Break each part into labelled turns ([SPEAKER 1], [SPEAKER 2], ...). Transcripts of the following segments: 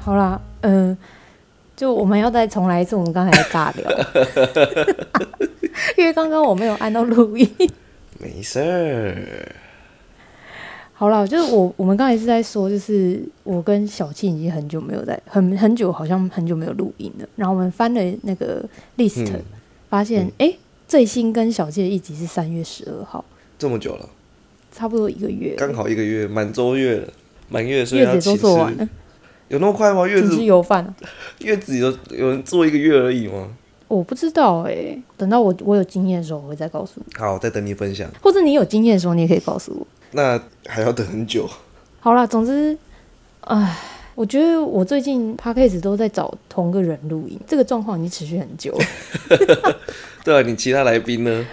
[SPEAKER 1] 好啦，嗯、就我们要再重来一次我们刚才的尬聊， 因为刚刚我没有按到录音。
[SPEAKER 2] 没事儿，
[SPEAKER 1] 好啦，就是我我们刚才是在说，就是我跟小庆已经很久没有在很很久，好像很久没有录音了。然后我们翻了那个 list，、
[SPEAKER 2] 嗯
[SPEAKER 1] 发现哎、诶最新跟小庆的一集是三月十二号，
[SPEAKER 2] 这么久了，
[SPEAKER 1] 差不多一个月，
[SPEAKER 2] 刚好一个月，满周月了，满月所以
[SPEAKER 1] 月
[SPEAKER 2] 要
[SPEAKER 1] 子
[SPEAKER 2] 请
[SPEAKER 1] 都
[SPEAKER 2] 示
[SPEAKER 1] 做完了，
[SPEAKER 2] 有那么快吗？月
[SPEAKER 1] 请吃
[SPEAKER 2] 子
[SPEAKER 1] 油饭啊、
[SPEAKER 2] 月子有有人做一个月而已吗？
[SPEAKER 1] 我不知道哎、等到我我有经验的时候，我会再告诉你，
[SPEAKER 2] 好，再等你分享。
[SPEAKER 1] 或者你有经验的时候，你也可以告诉我。
[SPEAKER 2] 那还要等很久，
[SPEAKER 1] 好啦，总之，唉，我觉得我最近 p a c k a g e 都在找同个人录音，这个状况已经持续很久了。
[SPEAKER 2] 对啊，你其他来宾呢？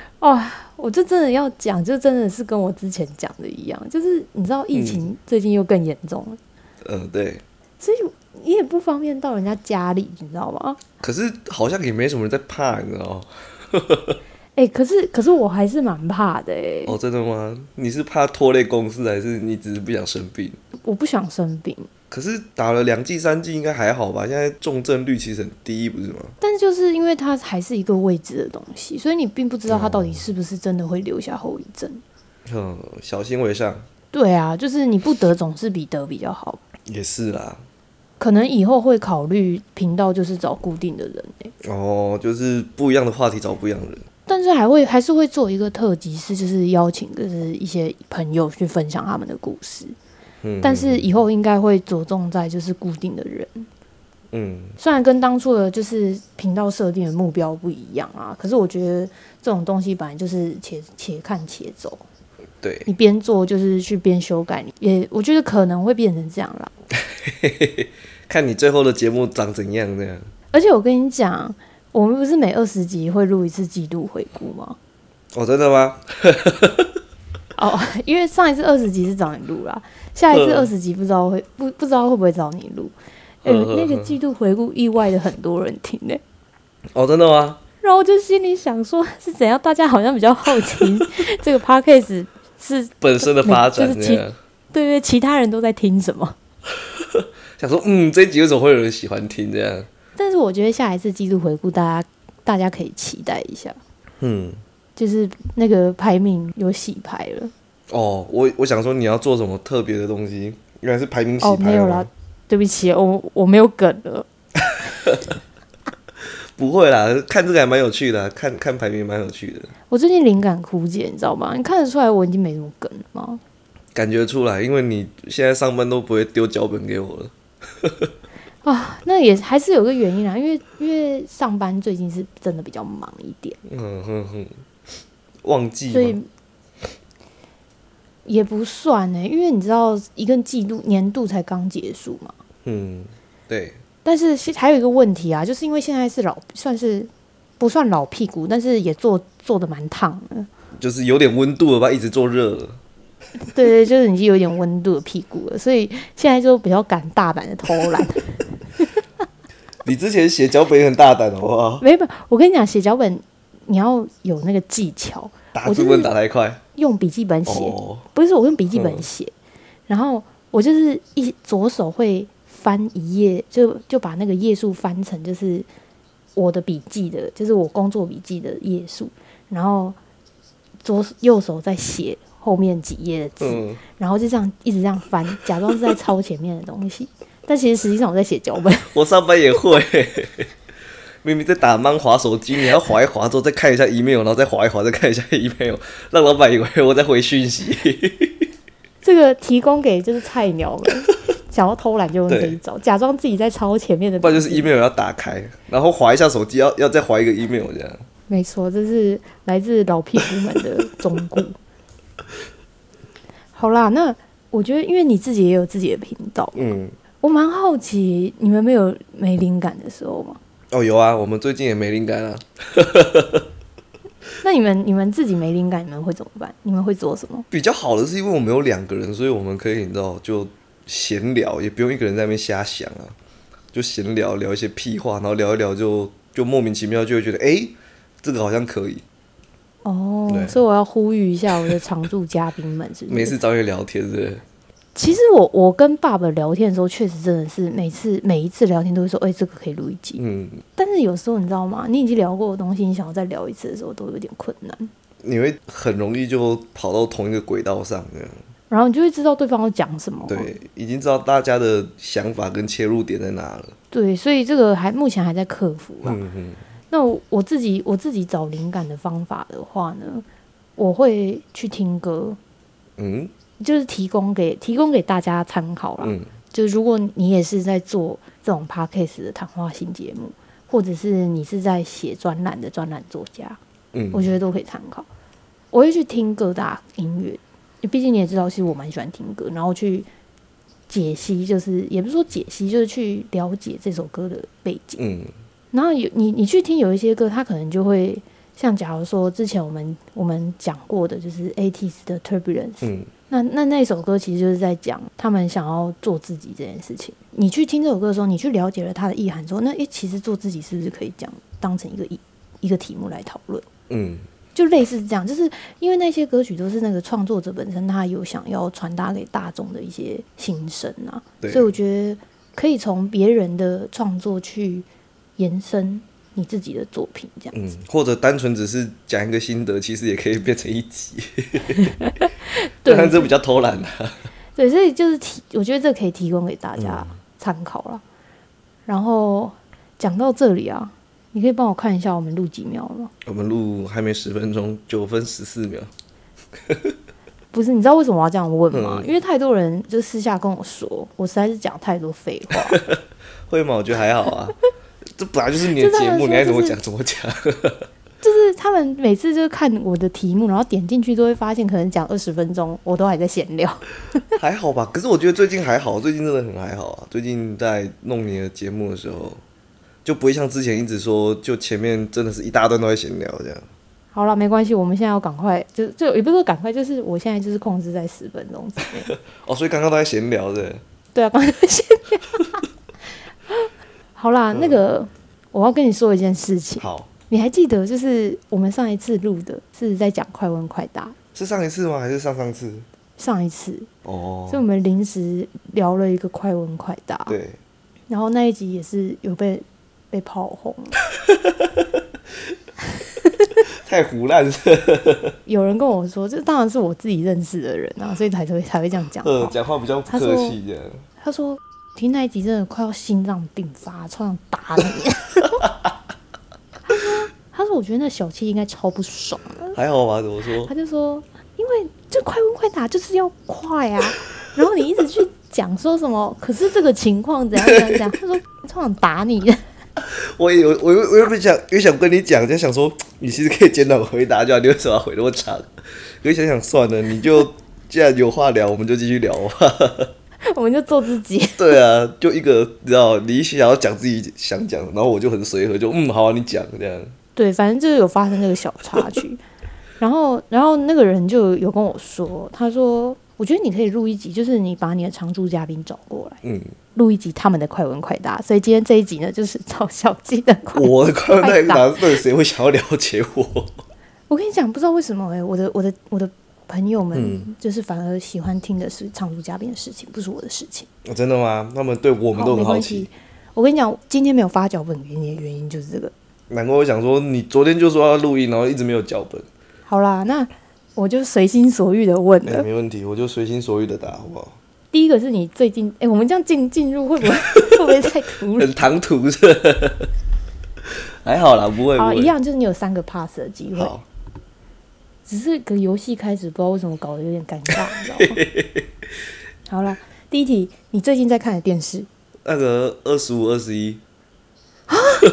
[SPEAKER 1] 我这真的要讲，就真的是跟我之前讲的一样，就是你知道疫情最近又更严重了，
[SPEAKER 2] 嗯、对。
[SPEAKER 1] 所以你也不方便到人家家里，你知道吗？
[SPEAKER 2] 可是好像也没什么人在怕，你知道吗？
[SPEAKER 1] 哎、可是可是我还是蛮怕的哎、
[SPEAKER 2] 哦，真的吗？你是怕拖累公司，还是你只是不想生病？
[SPEAKER 1] 我不想生病，
[SPEAKER 2] 可是打了两剂、三剂应该还好吧？现在重症率其实很低，不是吗？
[SPEAKER 1] 但就是因为它还是一个未知的东西，所以你并不知道它到底是不是真的会留下后遗症。
[SPEAKER 2] 嗯，小心为上，
[SPEAKER 1] 对啊，就是你不得总是比得比较好。
[SPEAKER 2] 也是啦。
[SPEAKER 1] 可能以后会考虑频道就是找固定的人、欸、
[SPEAKER 2] 哦，就是不一样的话题找不一样的人。
[SPEAKER 1] 但是还会还是会做一个特辑，是就是邀请就是一些朋友去分享他们的故事。
[SPEAKER 2] 嗯，
[SPEAKER 1] 但是以后应该会着重在就是固定的人，
[SPEAKER 2] 嗯，
[SPEAKER 1] 虽然跟当初的就是频道设定的目标不一样啊，可是我觉得这种东西本来就是且且看且走，
[SPEAKER 2] 对，
[SPEAKER 1] 你边做就是去边修改，你也我觉得可能会变成这样啦。
[SPEAKER 2] 看你最后的节目长怎样那样。
[SPEAKER 1] 而且我跟你讲，我们不是每二十集会录一次季度回顾吗？
[SPEAKER 2] 哦，真的吗？
[SPEAKER 1] 哦， 因为上一次二十集是找你录啦，下一次
[SPEAKER 2] 嗯
[SPEAKER 1] 二十集不知道会不不知道会不会找你录。哎、
[SPEAKER 2] 嗯嗯
[SPEAKER 1] 那个
[SPEAKER 2] 嗯
[SPEAKER 1] 季度回顾意外的很多人听呢、
[SPEAKER 2] 哦，真的吗？
[SPEAKER 1] 然后我就心里想说是怎样，大家好像比较好 奇这个 podcast 是
[SPEAKER 2] 本身的发展
[SPEAKER 1] 就是
[SPEAKER 2] 那
[SPEAKER 1] 其
[SPEAKER 2] 样。
[SPEAKER 1] 对对其他人都在听什么。
[SPEAKER 2] 想说，嗯，这一集为什么会有人喜欢听这样？
[SPEAKER 1] 但是我觉得下一次季度回顾，大家大家可以期待一下，
[SPEAKER 2] 嗯，
[SPEAKER 1] 就是那个排名有洗牌了
[SPEAKER 2] 哦，我我想说你要做什么特别的东西，原来是排名洗
[SPEAKER 1] 哦，
[SPEAKER 2] 牌
[SPEAKER 1] 没有
[SPEAKER 2] 吗
[SPEAKER 1] 啦，对不起，我我没有梗了。
[SPEAKER 2] 不会啦，看这个还蛮有趣的啊、看看排名蛮有趣的，
[SPEAKER 1] 我最近灵感枯竭，你知道吗？你看得出来我已经没什么梗了吗？
[SPEAKER 2] 感觉出来，因为你现在上班都不会丢脚本给我了。
[SPEAKER 1] 啊，那也还是有个原因啊啦，因为因为上班最近是真的比较忙一点，
[SPEAKER 2] 嗯哼哼，忘记
[SPEAKER 1] 所
[SPEAKER 2] 吗？
[SPEAKER 1] 以也不算呢、因为你知道一个季度年度才刚结束嘛。
[SPEAKER 2] 嗯，对，
[SPEAKER 1] 但是现还有一个问题啊，就是因为现在是老算是不算老屁股，但是也做做的蛮烫的，
[SPEAKER 2] 就是有点温度了吧，一直做热了。
[SPEAKER 1] 对对，就是已经有点温度的屁股了，所以现在就比较敢大胆的偷懒。
[SPEAKER 2] 你之前写脚本也很大胆，好不好？
[SPEAKER 1] 没有，没有我跟你讲，写脚本你要有那个技巧，
[SPEAKER 2] 打
[SPEAKER 1] 我
[SPEAKER 2] 字
[SPEAKER 1] 就是
[SPEAKER 2] 问打太快。
[SPEAKER 1] 用笔记本写。
[SPEAKER 2] 哦，
[SPEAKER 1] 不是我用笔记本写，然后我就是一左手会翻一页，就就把那个页数翻成就是我的笔记的，就是我工作笔记的页数，然后左右手在写后面几页的字，
[SPEAKER 2] 嗯，
[SPEAKER 1] 然后就这样一直这样翻，假装是在抄前面的东西， 但其实实际上我在写脚本。
[SPEAKER 2] 我上班也会。 明明在打忙划手机，你还要划一划之后再看一下 email，然后再划一划再看一下 email，让老板以为我在回讯息。
[SPEAKER 1] 这个提供给就是菜鸟们想要偷懒就用这一招，假装自己在抄前面的
[SPEAKER 2] 不
[SPEAKER 1] 东
[SPEAKER 2] 然
[SPEAKER 1] 西。
[SPEAKER 2] 就是 email 要打开，然后划一下手机，要要再划一个 email 这样。
[SPEAKER 1] 没错，这是来自老屁股们的忠 告。好啦，那我觉得，因为你自己也有自己的频道，
[SPEAKER 2] 嗯，
[SPEAKER 1] 我蛮好奇你们没有没灵感的时候吗？
[SPEAKER 2] 哦，有啊，我们最近也没灵感啊。
[SPEAKER 1] 那你们你们自己没灵感，你们会怎么办？你们会做什么？
[SPEAKER 2] 比较好的是，因为我们有两个人，所以我们可以你知道就闲聊，也不用一个人在那边瞎想啊，就闲聊聊一些屁话，然后聊一聊就就莫名其妙就会觉得，哎、这个好像可以，
[SPEAKER 1] 哦，
[SPEAKER 2] 对
[SPEAKER 1] 所以我要呼吁一下我的常驻嘉宾们，是不是？
[SPEAKER 2] 没事找你聊天是不是？
[SPEAKER 1] 其实我我跟爸爸聊天的时候，确实真的是每次每一次聊天都会说，哎、这个可以录一集。
[SPEAKER 2] 嗯，
[SPEAKER 1] 但是有时候你知道吗？你已经聊过的东西，你想要再聊一次的时候，都有点困难。
[SPEAKER 2] 你会很容易就跑到同一个轨道上这样。
[SPEAKER 1] 然后你就会知道对方要讲什么。
[SPEAKER 2] 对，已经知道大家的想法跟切入点在哪了。
[SPEAKER 1] 对所以这个还目前还在克服啊。
[SPEAKER 2] 嗯嗯，
[SPEAKER 1] 那我我自己我自己找灵感的方法的话呢，我会去听歌，
[SPEAKER 2] 嗯
[SPEAKER 1] 就是提供给提供给大家参考啦。
[SPEAKER 2] 嗯
[SPEAKER 1] 就如果你也是在做这种 podcast 的谈话性节目，或者是你是在写专栏的专栏作家，
[SPEAKER 2] 嗯，
[SPEAKER 1] 我觉得都可以参考。我会去听各大音乐，毕竟你也知道，其实我蛮喜欢听歌，然后去解析，就是也不是说解析，就是去了解这首歌的背景。
[SPEAKER 2] 嗯
[SPEAKER 1] 然后有你你去听有一些歌，它可能就会像假如说之前我们我们讲过的，就是 ATEEZ 的 Turbulence，、
[SPEAKER 2] 嗯
[SPEAKER 1] 那那那首歌其实就是在讲他们想要做自己这件事情。你去听这首歌的时候，你去了解了它的意涵之后，那诶、其实做自己是不是可以讲当成一个一一个题目来讨论？
[SPEAKER 2] 嗯
[SPEAKER 1] 就类似这样，就是因为那些歌曲都是那个创作者本身他有想要传达给大众的一些心声啊，
[SPEAKER 2] 对
[SPEAKER 1] 所以我觉得可以从别人的创作去延伸你自己的作品，这样。
[SPEAKER 2] 嗯，或者单纯只是讲一个心得，其实也可以变成一集。
[SPEAKER 1] 对
[SPEAKER 2] 但这比较偷懒啊。
[SPEAKER 1] 对，所以就是提，我觉得这可以提供给大家
[SPEAKER 2] 嗯
[SPEAKER 1] 参考啦。然后讲到这里啊，你可以帮我看一下我们录几秒了吗？
[SPEAKER 2] 我们录还没十分钟，九分十四秒。
[SPEAKER 1] 不是，你知道为什么我要这样问吗？
[SPEAKER 2] 嗯
[SPEAKER 1] 因为太多人就私下跟我说，我实在是讲太多废话。
[SPEAKER 2] 会吗？我觉得还好啊。 这本来就是你的
[SPEAKER 1] 就他
[SPEAKER 2] 节
[SPEAKER 1] 们
[SPEAKER 2] 目，
[SPEAKER 1] 说
[SPEAKER 2] 你爱怎么
[SPEAKER 1] 就是
[SPEAKER 2] 讲怎么讲。
[SPEAKER 1] 就是他们每次就是看我的题目，然后点进去都会发现，可能讲二十分钟，我都还在闲聊。
[SPEAKER 2] 还好吧，可是我觉得最近还好，最近真的很还好啊。最近在弄你的节目的时候，就不会像之前一直说，就前面真的是一大段都在闲聊这样。
[SPEAKER 1] 好了，没关系，我们现在要赶快，就就也不是说赶快，就是我现在就是控制在十分钟之内。
[SPEAKER 2] 哦，所以刚刚都在闲聊的。
[SPEAKER 1] 对啊，刚才闲聊。 好啦，那个我要跟你说一件事情，
[SPEAKER 2] 好，
[SPEAKER 1] 你还记得就是我们上一次录的是在讲快问快答，
[SPEAKER 2] 是上一次吗？还是上上次？
[SPEAKER 1] 上一次，
[SPEAKER 2] 哦
[SPEAKER 1] 所以，我们临时聊了一个快问快答，
[SPEAKER 2] 对，
[SPEAKER 1] 然后那一集也是有被被炮轰。
[SPEAKER 2] 太胡乱了，
[SPEAKER 1] 有人跟我说，这当然是我自己认识的人啊，所以才会才会这样讲话。
[SPEAKER 2] 呃，讲话比较不
[SPEAKER 1] 他
[SPEAKER 2] 客
[SPEAKER 1] 说
[SPEAKER 2] 气这样。
[SPEAKER 1] 他说听那一集真的快要心脏病发，超想打你。 他说他说我觉得那小七应该超不爽的，
[SPEAKER 2] 还好吧？怎么说
[SPEAKER 1] 他？就说因为这快问快答就是要快啊，然后你一直去讲说什么，可是这个情况怎样怎样怎样，他说超想打你。
[SPEAKER 2] 我也有，我又我又不想，又想跟你讲，就想说嗯你其实可以简短回答就好，你为什么要回那么长？可是想想算了，你就既然有话聊，我们就继续聊吧。
[SPEAKER 1] 我们就做自己，
[SPEAKER 2] 对啊，就一个你知道，你想要讲自己想讲，然后我就很随和，就嗯，好、啊，你讲这样。
[SPEAKER 1] 对，反正就是有发生这个小插曲。 然后，然后那个人就有跟我说，他说：“我觉得你可以录一集，就是你把你的常驻嘉宾找过来，
[SPEAKER 2] 嗯，
[SPEAKER 1] 录一集他们的快问快答。”所以今天这一集呢，就是找小鸡的快。
[SPEAKER 2] 我的快乐
[SPEAKER 1] 快
[SPEAKER 2] 太
[SPEAKER 1] 打
[SPEAKER 2] 难，对谁会想要了解我？
[SPEAKER 1] 我跟你讲，不知道为什么哎、我的我的我的朋友们
[SPEAKER 2] 嗯
[SPEAKER 1] 就是反而喜欢听的是常驻嘉宾的事情，不是我的事情。
[SPEAKER 2] 真的吗？他们对我们
[SPEAKER 1] 好
[SPEAKER 2] 都
[SPEAKER 1] 没
[SPEAKER 2] 很好
[SPEAKER 1] 关
[SPEAKER 2] 奇
[SPEAKER 1] 系。。我跟你讲，今天没有发脚本给你的原因就是这个。
[SPEAKER 2] 难怪我想说，你昨天就说要录音，然后一直没有脚本。
[SPEAKER 1] 好啦，那我就随心所欲的问
[SPEAKER 2] 哎、
[SPEAKER 1] 了。
[SPEAKER 2] 没问题，我就随心所欲的打，好不好？
[SPEAKER 1] 第一个是你最近，哎、我们这样进进入会不会 会不会太突然？
[SPEAKER 2] 很唐突是？ 还好啦，不会不
[SPEAKER 1] 好，
[SPEAKER 2] 会。
[SPEAKER 1] 一样就是你有三个 pass 的机会，
[SPEAKER 2] 好，
[SPEAKER 1] 只是个游戏开始，不知道为什么搞得有点尴尬，你知道吗？好了，第一题，你最近在看的电视，
[SPEAKER 2] 那个二十五、二十一，
[SPEAKER 1] 啊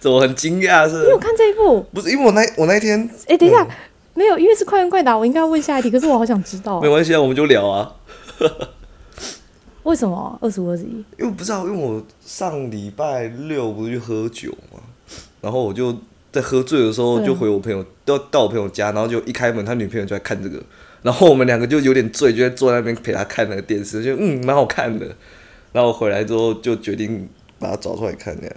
[SPEAKER 2] 怎么很惊讶
[SPEAKER 1] 你有
[SPEAKER 2] 是？
[SPEAKER 1] 看这一部？
[SPEAKER 2] 不是因为我那我那一天
[SPEAKER 1] 哎、等一下，没有，因为是快问快答，我应该问下一题，可是我好想知道
[SPEAKER 2] 没关系啊，我们就聊啊，
[SPEAKER 1] 为什么二十五、二十一，
[SPEAKER 2] 因为我不知道，因为我上礼拜六不是去喝酒嘛，然后我就在喝醉的时候
[SPEAKER 1] 对啊
[SPEAKER 2] 就回我朋友，到到我朋友家，然后就一开门，他女朋友就在看这个，然后我们两个就有点醉，就在坐在那边陪他看那个电视，就嗯蛮好看的，然后我回来之后就决定把它找出来看这样。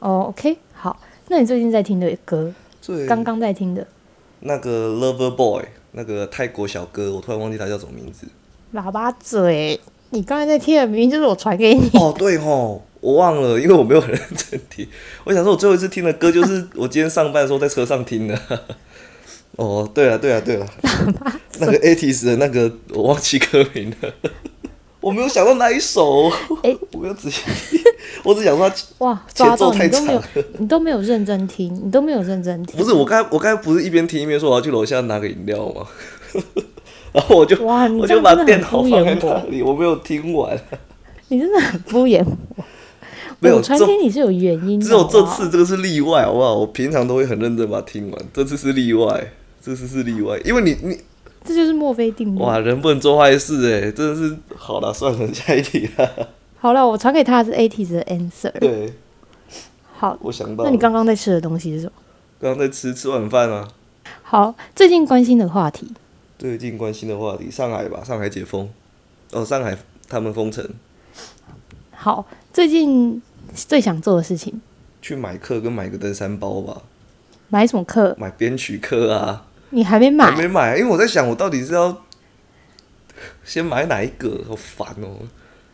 [SPEAKER 1] 哦，OK，好，那你最近在听的歌，
[SPEAKER 2] 最
[SPEAKER 1] 刚刚在听的，
[SPEAKER 2] 那个 Lover Boy 那个泰国小哥，我突然忘记他叫什么名字。
[SPEAKER 1] 喇叭嘴，你刚才在听的明明就是我传给你。
[SPEAKER 2] 哦，对吼，我忘了，因为我没有很认真听。我想说，我最后一次听的歌就是我今天上班的时候在车上听的。哦，对了，对了，对了，那个 ATIS 的那个我忘记歌名了，我没有想到哪一首，
[SPEAKER 1] 哎
[SPEAKER 2] 我没有仔细听，我只想说它
[SPEAKER 1] 哇，
[SPEAKER 2] 节
[SPEAKER 1] 抓
[SPEAKER 2] 奏
[SPEAKER 1] 到你
[SPEAKER 2] 太
[SPEAKER 1] 都没有
[SPEAKER 2] 长，
[SPEAKER 1] 你都没有认真听，你都没有认真听
[SPEAKER 2] 不。是我刚才我刚才不是一边听一边说我要去楼下拿个饮料吗？ 然后我就
[SPEAKER 1] 哇你
[SPEAKER 2] 我
[SPEAKER 1] 这
[SPEAKER 2] 就
[SPEAKER 1] 样
[SPEAKER 2] 把
[SPEAKER 1] 真的很
[SPEAKER 2] 电脑
[SPEAKER 1] 敷
[SPEAKER 2] 放在
[SPEAKER 1] 衍我
[SPEAKER 2] 那里，我没有听完。
[SPEAKER 1] 你真的很敷衍我。
[SPEAKER 2] 没有
[SPEAKER 1] 我传
[SPEAKER 2] 这
[SPEAKER 1] 给你是有原因的。哦
[SPEAKER 2] 只有这
[SPEAKER 1] 好不好
[SPEAKER 2] 次这个是例外，好不好？我平常都会很认真把它听完，这次是例外，这次是例外，因为你你
[SPEAKER 1] 这就是墨菲定律。
[SPEAKER 2] 哇，人不能做坏事哎、真的是好了，算了，下一题 啦。
[SPEAKER 1] 好了，我传给他的是 ATS 的 answer。
[SPEAKER 2] 对，
[SPEAKER 1] 好，
[SPEAKER 2] 我想到了，
[SPEAKER 1] 那你刚刚在吃的东西是什么？
[SPEAKER 2] 刚刚在吃吃晚饭啊，
[SPEAKER 1] 好，最近关心的话题，
[SPEAKER 2] 最近关心的话题，上海吧，上海解封，哦，上海他们封城，
[SPEAKER 1] 好，最近最想做的事情，
[SPEAKER 2] 去买课跟买个登山包吧，
[SPEAKER 1] 买什么课？
[SPEAKER 2] 买编曲课啊，
[SPEAKER 1] 你还没
[SPEAKER 2] 还
[SPEAKER 1] 买？
[SPEAKER 2] 没买，啊因为我在想我到底是要 先买哪一个，好烦哦、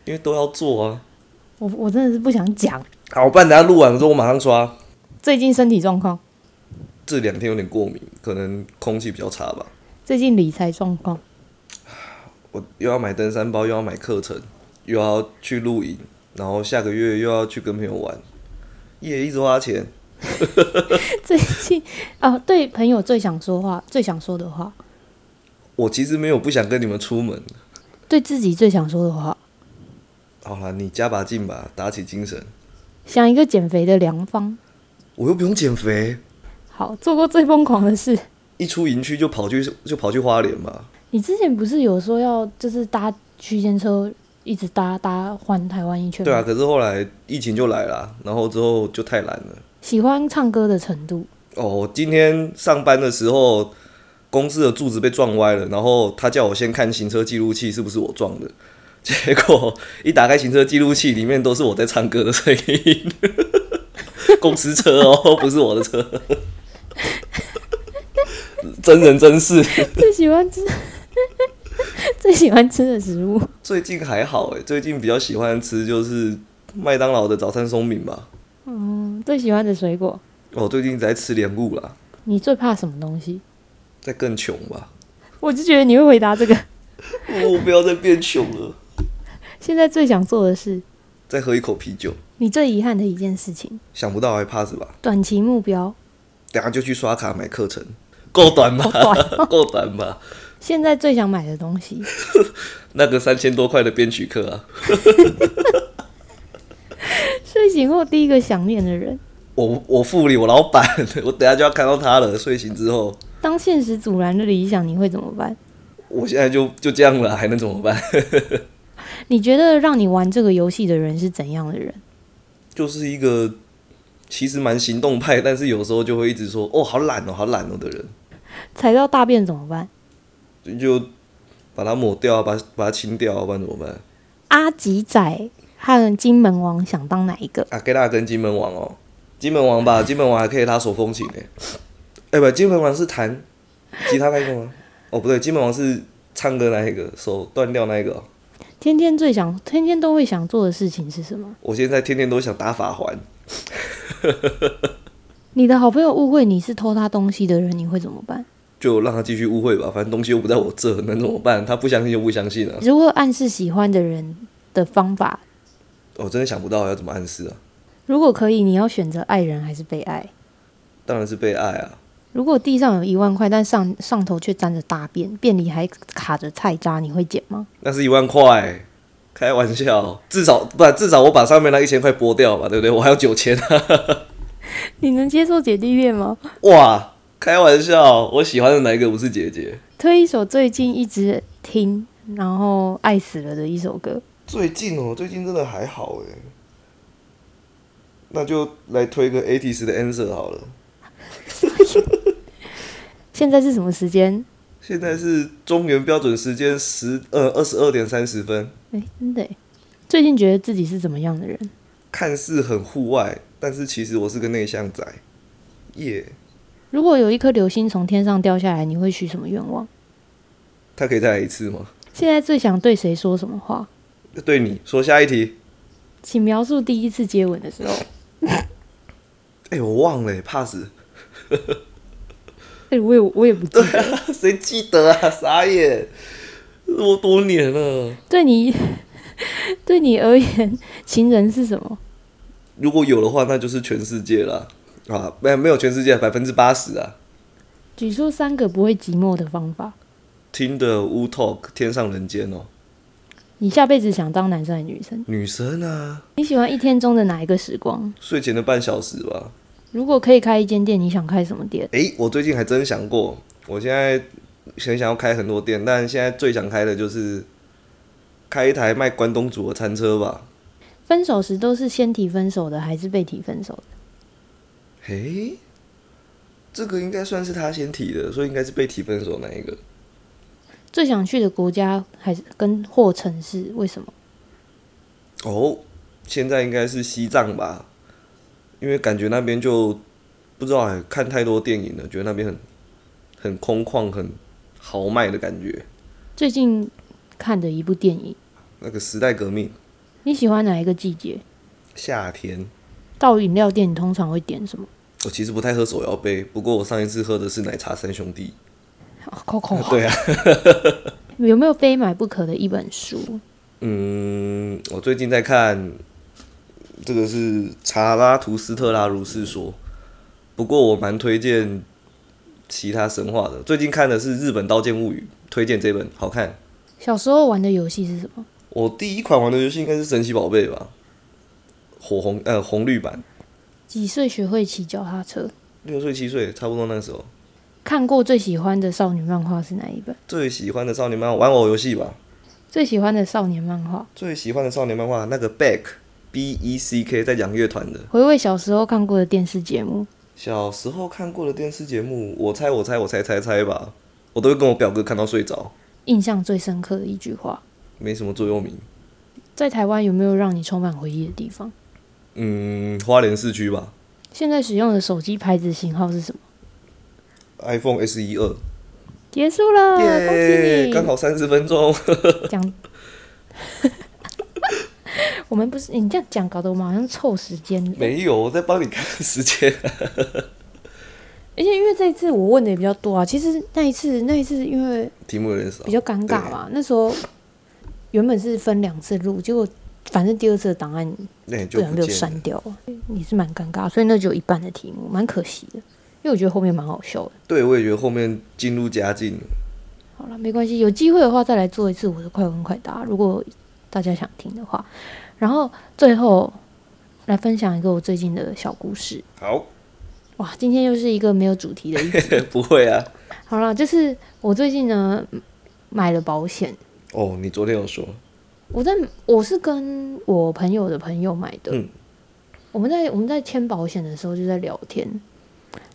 [SPEAKER 2] 因为都要做啊。
[SPEAKER 1] 我我真的是不想讲。
[SPEAKER 2] 好，不然等下录完之后我马上刷。
[SPEAKER 1] 最近身体状况，
[SPEAKER 2] 这两天有点过敏，可能空气比较差吧。
[SPEAKER 1] 最近理财状况，
[SPEAKER 2] 我又要买登山包，又要买课程，又要去露营，然后下个月又要去跟朋友玩，也一直花钱。
[SPEAKER 1] 最近 啊，对朋友最想说话，最想说的话，
[SPEAKER 2] 我其实没有不想跟你们出门。
[SPEAKER 1] 对自己最想说的话，
[SPEAKER 2] 好啦，你加把劲吧，打起精神。
[SPEAKER 1] 想一个减肥的良方。
[SPEAKER 2] 我又不用减肥，
[SPEAKER 1] 好，做过最疯狂的事，
[SPEAKER 2] 一出营区就跑去就跑去花莲嘛。
[SPEAKER 1] 你之前不是有说要就是搭区间车，一直搭搭环台湾一圈吗？
[SPEAKER 2] 对啊，可是后来疫情就来啦，然后之后就太懒了。
[SPEAKER 1] 喜欢唱歌的程度，
[SPEAKER 2] 哦，今天上班的时候，公司的柱子被撞歪了，然后他叫我先看行车记录器是不是我撞的， 结果一打开行车记录器，里面都是我在唱歌的声音。 公司车哦，不是我的车， 真人真事。
[SPEAKER 1] 最喜欢吃， 最喜欢吃的食物。
[SPEAKER 2] 最近还好哎，最近比较喜欢吃就是麦当劳的早餐松饼吧。
[SPEAKER 1] 嗯，最喜欢的水果。
[SPEAKER 2] 我、最近一直在吃莲雾啦，
[SPEAKER 1] 你最怕什么东西？
[SPEAKER 2] 在更穷吧，
[SPEAKER 1] 我就觉得你会回答这个。
[SPEAKER 2] 我不要再变穷了。
[SPEAKER 1] 现在最想做的事，
[SPEAKER 2] 再喝一口啤酒，
[SPEAKER 1] 你最遗憾的一件事情，
[SPEAKER 2] 想不到还怕什么？
[SPEAKER 1] 短期目标。
[SPEAKER 2] 等下就去刷卡买课程，够短吧？ 够短吧？
[SPEAKER 1] 现在最想买的东西，
[SPEAKER 2] 那个三千多块的编曲课啊，
[SPEAKER 1] 睡醒后第一个想念的人。
[SPEAKER 2] 我我副理我老板， 我等下就要看到他了。睡醒之后，
[SPEAKER 1] 当现实阻拦了理想，你会怎么办？
[SPEAKER 2] 我现在就就这样了，还能怎么办？
[SPEAKER 1] 你觉得让你玩这个游戏的人是怎样的人？
[SPEAKER 2] 就是一个其实蛮行动派，但是有时候就会一直说哦好懒哦好懒哦的人，
[SPEAKER 1] 踩到大便怎么办？
[SPEAKER 2] 就就把它抹掉啊，把把它清掉啊，不然怎么办？
[SPEAKER 1] 阿吉仔和金门王想当哪一个？
[SPEAKER 2] 啊，给大跟金门王哦，金门王吧，金门王还可以拉手风琴诶。哎、不，金门王是弹吉他那个吗？哦，不对，金门王是唱歌那一个，手断掉那一个哦、
[SPEAKER 1] 天天最想，天天都会想做的事情是什么？
[SPEAKER 2] 我现在天天都想打法环，
[SPEAKER 1] 你的好朋友误会你是偷他东西的人，你会怎么办？
[SPEAKER 2] 就让他继续误会吧，反正东西又不在我这，能怎么办？他不相信就不相信啊。
[SPEAKER 1] 如何暗示喜欢的人的方法？
[SPEAKER 2] 我、哦真的想不到要怎么暗示啊，
[SPEAKER 1] 如果可以，你要选择爱人还是被爱？
[SPEAKER 2] 当然是被爱啊。
[SPEAKER 1] 如果地上有一万块，但上上头却沾着大便，便里还卡着菜渣，你会捡吗？
[SPEAKER 2] 那是一万块，开玩笑，至少不至少我把上面那一千块拨掉吧，对不对？我还有九千啊，
[SPEAKER 1] 你能接受姐弟恋吗？
[SPEAKER 2] 哇，开玩笑，我喜欢的哪一个不是姐姐？
[SPEAKER 1] 推一首最近一直听，然后爱死了的一首歌。
[SPEAKER 2] 最近哦，最近真的还好哎。那就来推个 ATS 的 Answer 好了。
[SPEAKER 1] 现在是什么时间？
[SPEAKER 2] 现在是中原标准时间十呃二十二点三十分，
[SPEAKER 1] 哎，真的耶，最近觉得自己是怎么样的人？
[SPEAKER 2] 看似很户外，但是其实我是个内向仔。耶、
[SPEAKER 1] 如果有一颗流星从天上掉下来，你会许什么愿望？
[SPEAKER 2] 他可以再来一次吗？
[SPEAKER 1] 现在最想对谁说什么话？
[SPEAKER 2] 对你说下一题，
[SPEAKER 1] 请描述第一次接吻的时候。
[SPEAKER 2] 哎、我忘了、pass，
[SPEAKER 1] 哎、我也我也不记得。
[SPEAKER 2] 谁记得啊？ 傻眼，我多年了。
[SPEAKER 1] 对你，对你而言，情人是什么？
[SPEAKER 2] 如果有的话，那就是全世界啦。啊，没没有全世界，百分之八十啊。
[SPEAKER 1] 举出三个不会寂寞的方法。
[SPEAKER 2] 听的 Wu Talk 天上人间哦，
[SPEAKER 1] 你下辈子想当男生还是女生？
[SPEAKER 2] 女生啊，
[SPEAKER 1] 你喜欢一天中的哪一个时光？
[SPEAKER 2] 睡前的半小时吧。
[SPEAKER 1] 如果可以开一间店，你想开什么店？
[SPEAKER 2] 诶，我最近还真想过，我现在很想要开很多店，但现在最想开的就是开一台卖关东煮的餐车吧。
[SPEAKER 1] 分手时都是先提分手的，还是被提分手的？
[SPEAKER 2] 诶，这个应该算是他先提的，所以应该是被提分手那一个。
[SPEAKER 1] 最想去的国家还是跟或城市？为什么？
[SPEAKER 2] 哦，现在应该是西藏吧，因为感觉那边就不知道哎，看太多电影了，觉得那边很很空旷、很豪迈的感觉。
[SPEAKER 1] 最近看的一部电影，
[SPEAKER 2] 那个时代革命，
[SPEAKER 1] 你喜欢哪一个季节？
[SPEAKER 2] 夏天。
[SPEAKER 1] 到饮料店，你通常会点什么？
[SPEAKER 2] 我其实不太喝手摇杯，不过我上一次喝的是奶茶三兄弟。
[SPEAKER 1] 啊 Coco，、
[SPEAKER 2] 对啊，
[SPEAKER 1] 有没有非买不可的一本书？
[SPEAKER 2] 嗯，我最近在看这个是查拉图斯特拉如是说，不过我蛮推荐其他神话的。最近看的是《日本刀剑物语》，推荐这本，好看。
[SPEAKER 1] 小时候玩的游戏是什么？
[SPEAKER 2] 我第一款玩的游戏应该是神奇宝贝吧，火红呃红绿版，
[SPEAKER 1] 几岁学会骑脚踏车？
[SPEAKER 2] 六岁七岁差不多那个时候。
[SPEAKER 1] 看过最喜欢的少女漫画是哪一本？
[SPEAKER 2] 最喜欢的少年漫画玩偶游戏吧，
[SPEAKER 1] 最喜欢的少年漫画？
[SPEAKER 2] 最喜欢的少年漫画那个 Beck B E C K 在讲乐团的。
[SPEAKER 1] 回味小时候看过的电视节目。
[SPEAKER 2] 小时候看过的电视节目，我猜我猜我猜猜猜吧，我都会跟我表哥看到睡着，
[SPEAKER 1] 印象最深刻的一句话，
[SPEAKER 2] 没什么座右铭。
[SPEAKER 1] 在台湾有没有让你充满回忆的地方？
[SPEAKER 2] 嗯，花莲市区吧
[SPEAKER 1] 现在使用的手机牌子型号是什么？
[SPEAKER 2] ，iPhone S 一二，
[SPEAKER 1] 结束了，
[SPEAKER 2] 耶，刚
[SPEAKER 1] 啊恭
[SPEAKER 2] 好三十分钟。
[SPEAKER 1] 喜你！讲， 我们不是你这样讲，搞得我们好像凑时间了。
[SPEAKER 2] 没有，我在帮你看时间。
[SPEAKER 1] 而且因为这一次我问的也比较多啊，其实那一次那一次因为
[SPEAKER 2] 题目有点少
[SPEAKER 1] 比，较尴尬嘛，那时候原本是分两次录，结果反正第二次的档案
[SPEAKER 2] 那也
[SPEAKER 1] 不
[SPEAKER 2] 就
[SPEAKER 1] 然
[SPEAKER 2] 不
[SPEAKER 1] 就
[SPEAKER 2] 见
[SPEAKER 1] 删
[SPEAKER 2] 了。
[SPEAKER 1] 掉了，也是蛮尴尬，所以那就一半的题目，蛮可惜的，因为我觉得后面蛮好笑的。
[SPEAKER 2] 对，我也觉得后面进入佳境，
[SPEAKER 1] 好了，没关系，有机会的话再来做一次我的快问快答，如果大家想听的话。然后最后来分享一个我最近的小故事。
[SPEAKER 2] 好，
[SPEAKER 1] 哇，今天又是一个没有主题的一集。
[SPEAKER 2] 不会啊。
[SPEAKER 1] 好了，就是我最近呢买了保险，
[SPEAKER 2] 哦，你昨天有说，
[SPEAKER 1] 我在我是跟我朋友的朋友买的，
[SPEAKER 2] 嗯
[SPEAKER 1] 我们在我们在签保险的时候就在聊天，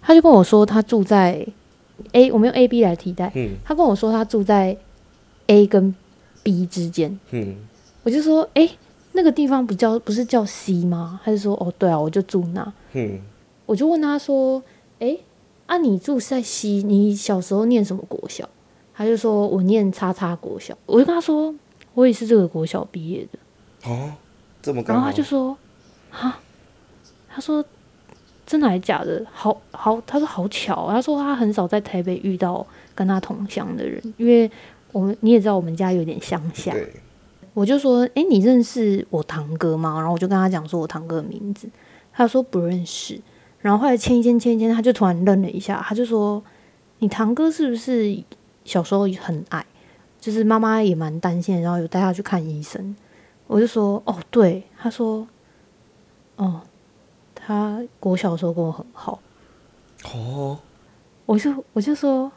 [SPEAKER 1] 他就跟我说他住在 A，我们用 A B 来替代，
[SPEAKER 2] 嗯
[SPEAKER 1] 他跟我说他住在 A 跟 B 之间，
[SPEAKER 2] 嗯，
[SPEAKER 1] 我就说诶，那个地方不叫不是叫 C 吗？他就说哦对啊，我就住那，
[SPEAKER 2] 嗯，
[SPEAKER 1] 我就问他说：“诶，啊，你住在西，你小时候念什么国小？”他就说：“我念叉叉国小。”我就跟他说：“我也是这个国小毕业的。
[SPEAKER 2] 哦，这么”刚
[SPEAKER 1] 然后
[SPEAKER 2] 好
[SPEAKER 1] 他就说：“啊，他说真的还假的？好好，他说好巧啊。他说他很少在台北遇到跟他同乡的人，因为我们你也知道我们家有点乡下。
[SPEAKER 2] 对，
[SPEAKER 1] 我就说：“诶，你认识我堂哥吗？”然后我就跟他讲说我堂哥的名字，他说不认识。然后后来签一签签一签，他就突然愣了一下，他就说：“你堂哥是不是小时候很矮？就是妈妈也蛮担心的，然后有带他去看医生。”我就说：“哦，对。”他说：“哦，他国小的时候跟我很好。
[SPEAKER 2] 哦，”
[SPEAKER 1] 我就我就说：“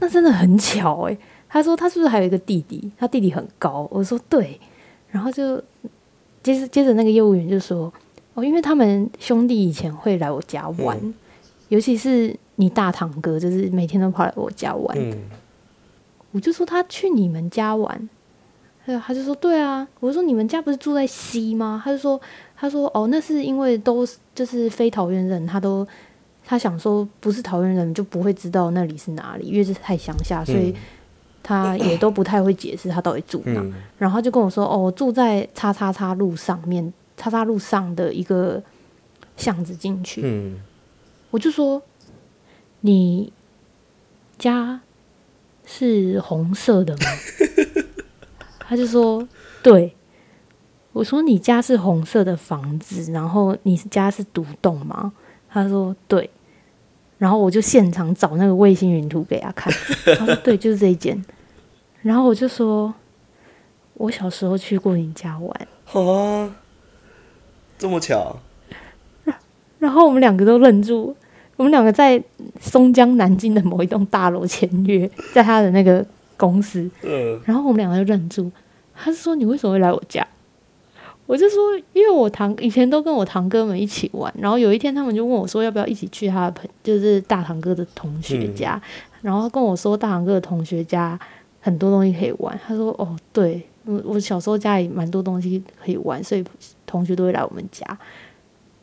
[SPEAKER 1] 那真的很巧诶、他说：“他是不是还有一个弟弟？他弟弟很高。”我说：“对。”然后就接着接着那个业务员就说：“哦，因为他们兄弟以前会来我家玩，
[SPEAKER 2] 嗯
[SPEAKER 1] 尤其是你大堂哥，就是每天都跑来我家玩。
[SPEAKER 2] 嗯，
[SPEAKER 1] 我就说他去你们家玩，他就他就说对啊，我就说你们家不是住在西吗？他就说他说哦，那是因为都是就是非桃园人，他都他想说不是桃园人就不会知道那里是哪里，因为这太乡下，所以
[SPEAKER 2] 嗯
[SPEAKER 1] 他也都不太会解释他到底住哪，
[SPEAKER 2] 嗯
[SPEAKER 1] 然后他就跟我说，哦，我住在叉叉叉路上面，叉叉路上的一个巷子进去，
[SPEAKER 2] 嗯，
[SPEAKER 1] 我就说你家是红色的吗？ 他就说对。我说你家是红色的房子，然后你家是独栋吗？他说对。然后我就现场找那个卫星云图给他看，他说对，就是这一间。然后我就说，我小时候去过你家玩，
[SPEAKER 2] 啊，这么巧，
[SPEAKER 1] 然后我们两个都愣住，我们两个在松江南京的某一栋大楼签约，在他的那个公司，
[SPEAKER 2] 嗯
[SPEAKER 1] 然后我们两个就愣住。他是说你为什么会来我家？我就说因为我堂以前都跟我堂哥们一起玩，然后有一天他们就问我说要不要一起去他的朋就是大堂哥的同学家，然后跟我说大堂哥的同学家很多东西可以玩。他说哦对，我我小时候家里蛮多东西可以玩，所以同学都会来我们家。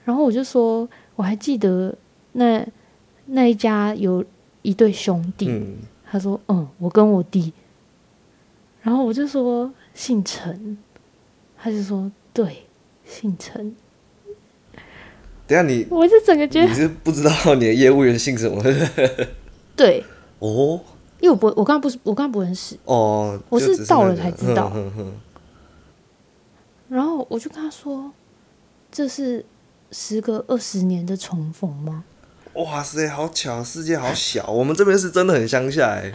[SPEAKER 1] 然后我就说我还记得那那一家有一对兄弟，
[SPEAKER 2] 嗯，
[SPEAKER 1] 他说：“嗯，我跟我弟。”然后我就说：“姓陈。”他就说：“对，姓陈。
[SPEAKER 2] 等一下你”
[SPEAKER 1] 我就整个觉
[SPEAKER 2] 你
[SPEAKER 1] 得
[SPEAKER 2] 是不知道你的业务员姓什么？
[SPEAKER 1] 对，
[SPEAKER 2] 哦
[SPEAKER 1] 因为我不，我刚刚不是，我刚刚不认识。
[SPEAKER 2] 哦，
[SPEAKER 1] 我
[SPEAKER 2] 就是只是
[SPEAKER 1] 到了
[SPEAKER 2] 那个嗯
[SPEAKER 1] 才知道
[SPEAKER 2] 哼哼哼
[SPEAKER 1] 然后我就跟他说：“这是时隔二十年的重逢吗
[SPEAKER 2] 嗯哇塞，好巧，世界好小，我们这边是真的很乡下哎、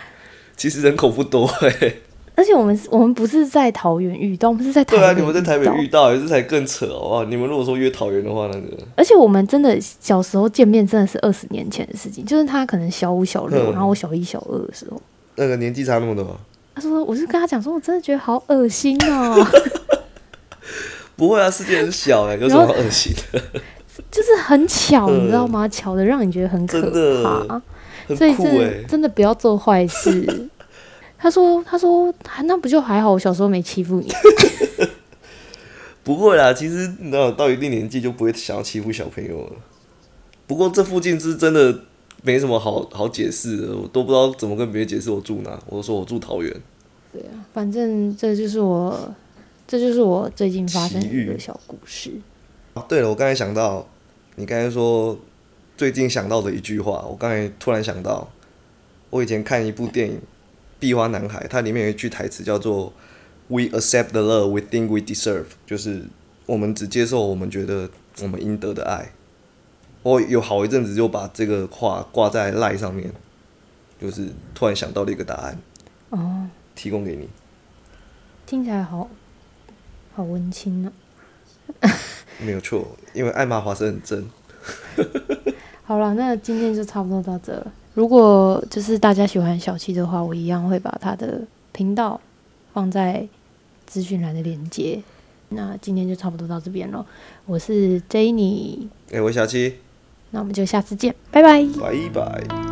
[SPEAKER 2] 其实人口不多哎、？”
[SPEAKER 1] 而且我们是我们不是在桃园遇到，我们是在台
[SPEAKER 2] 对
[SPEAKER 1] 北
[SPEAKER 2] 啊，你们在台北
[SPEAKER 1] 到
[SPEAKER 2] 遇到，这才更扯好不好？你们如果说约桃园的话，那个
[SPEAKER 1] 而且我们真的小时候见面真的是二十年前的事情，就是他可能小五小六，
[SPEAKER 2] 嗯
[SPEAKER 1] 然后我小一小二的时候，
[SPEAKER 2] 那个年纪差那么多，
[SPEAKER 1] 他说我就跟他讲说，我真的觉得好恶心 哦。
[SPEAKER 2] 不会啊，世界很小哎、有什么好恶心的？
[SPEAKER 1] 就是很巧，
[SPEAKER 2] 嗯
[SPEAKER 1] 你知道吗？巧的让你觉得很可
[SPEAKER 2] 真的
[SPEAKER 1] 怕，
[SPEAKER 2] 很
[SPEAKER 1] 所以
[SPEAKER 2] 酷
[SPEAKER 1] 真
[SPEAKER 2] 哎、
[SPEAKER 1] 的真的不要做坏 事。他说：“他说、啊那不就还好，我小时候没欺负 你。
[SPEAKER 2] 不会啦，其实你知道，到一定年纪就不会想要欺负小朋友了。不过这附近是真的没什么好好解释的，我都不知道怎么跟别人解释我住哪。我就说我住桃园，
[SPEAKER 1] 啊反正这就是我，这就是我最近发生的
[SPEAKER 2] 奇遇
[SPEAKER 1] 一个小故事。
[SPEAKER 2] 啊对了，我刚才想到，你刚才说最近想到的一句话，我刚才突然想到，我以前看一部电影《壁花男孩》，它里面有一句台词叫做 “We accept the love we think we deserve”，就是我们只接受我们觉得我们应得的爱。我有好一阵子就把这个话挂在赖上面，就是突然想到了一个答案，
[SPEAKER 1] 哦，
[SPEAKER 2] 提供给你。
[SPEAKER 1] 听起来好好文青哦。
[SPEAKER 2] 没有错，因为艾玛华森很正。
[SPEAKER 1] 好了，那今天就差不多到这了。如果就是大家喜欢小七的话，我一样会把他的频道放在资讯栏的链接。那今天就差不多到这边了，我是 Jenny，
[SPEAKER 2] 哎、我是小七，
[SPEAKER 1] 那我们就下次见，拜拜。
[SPEAKER 2] 拜拜。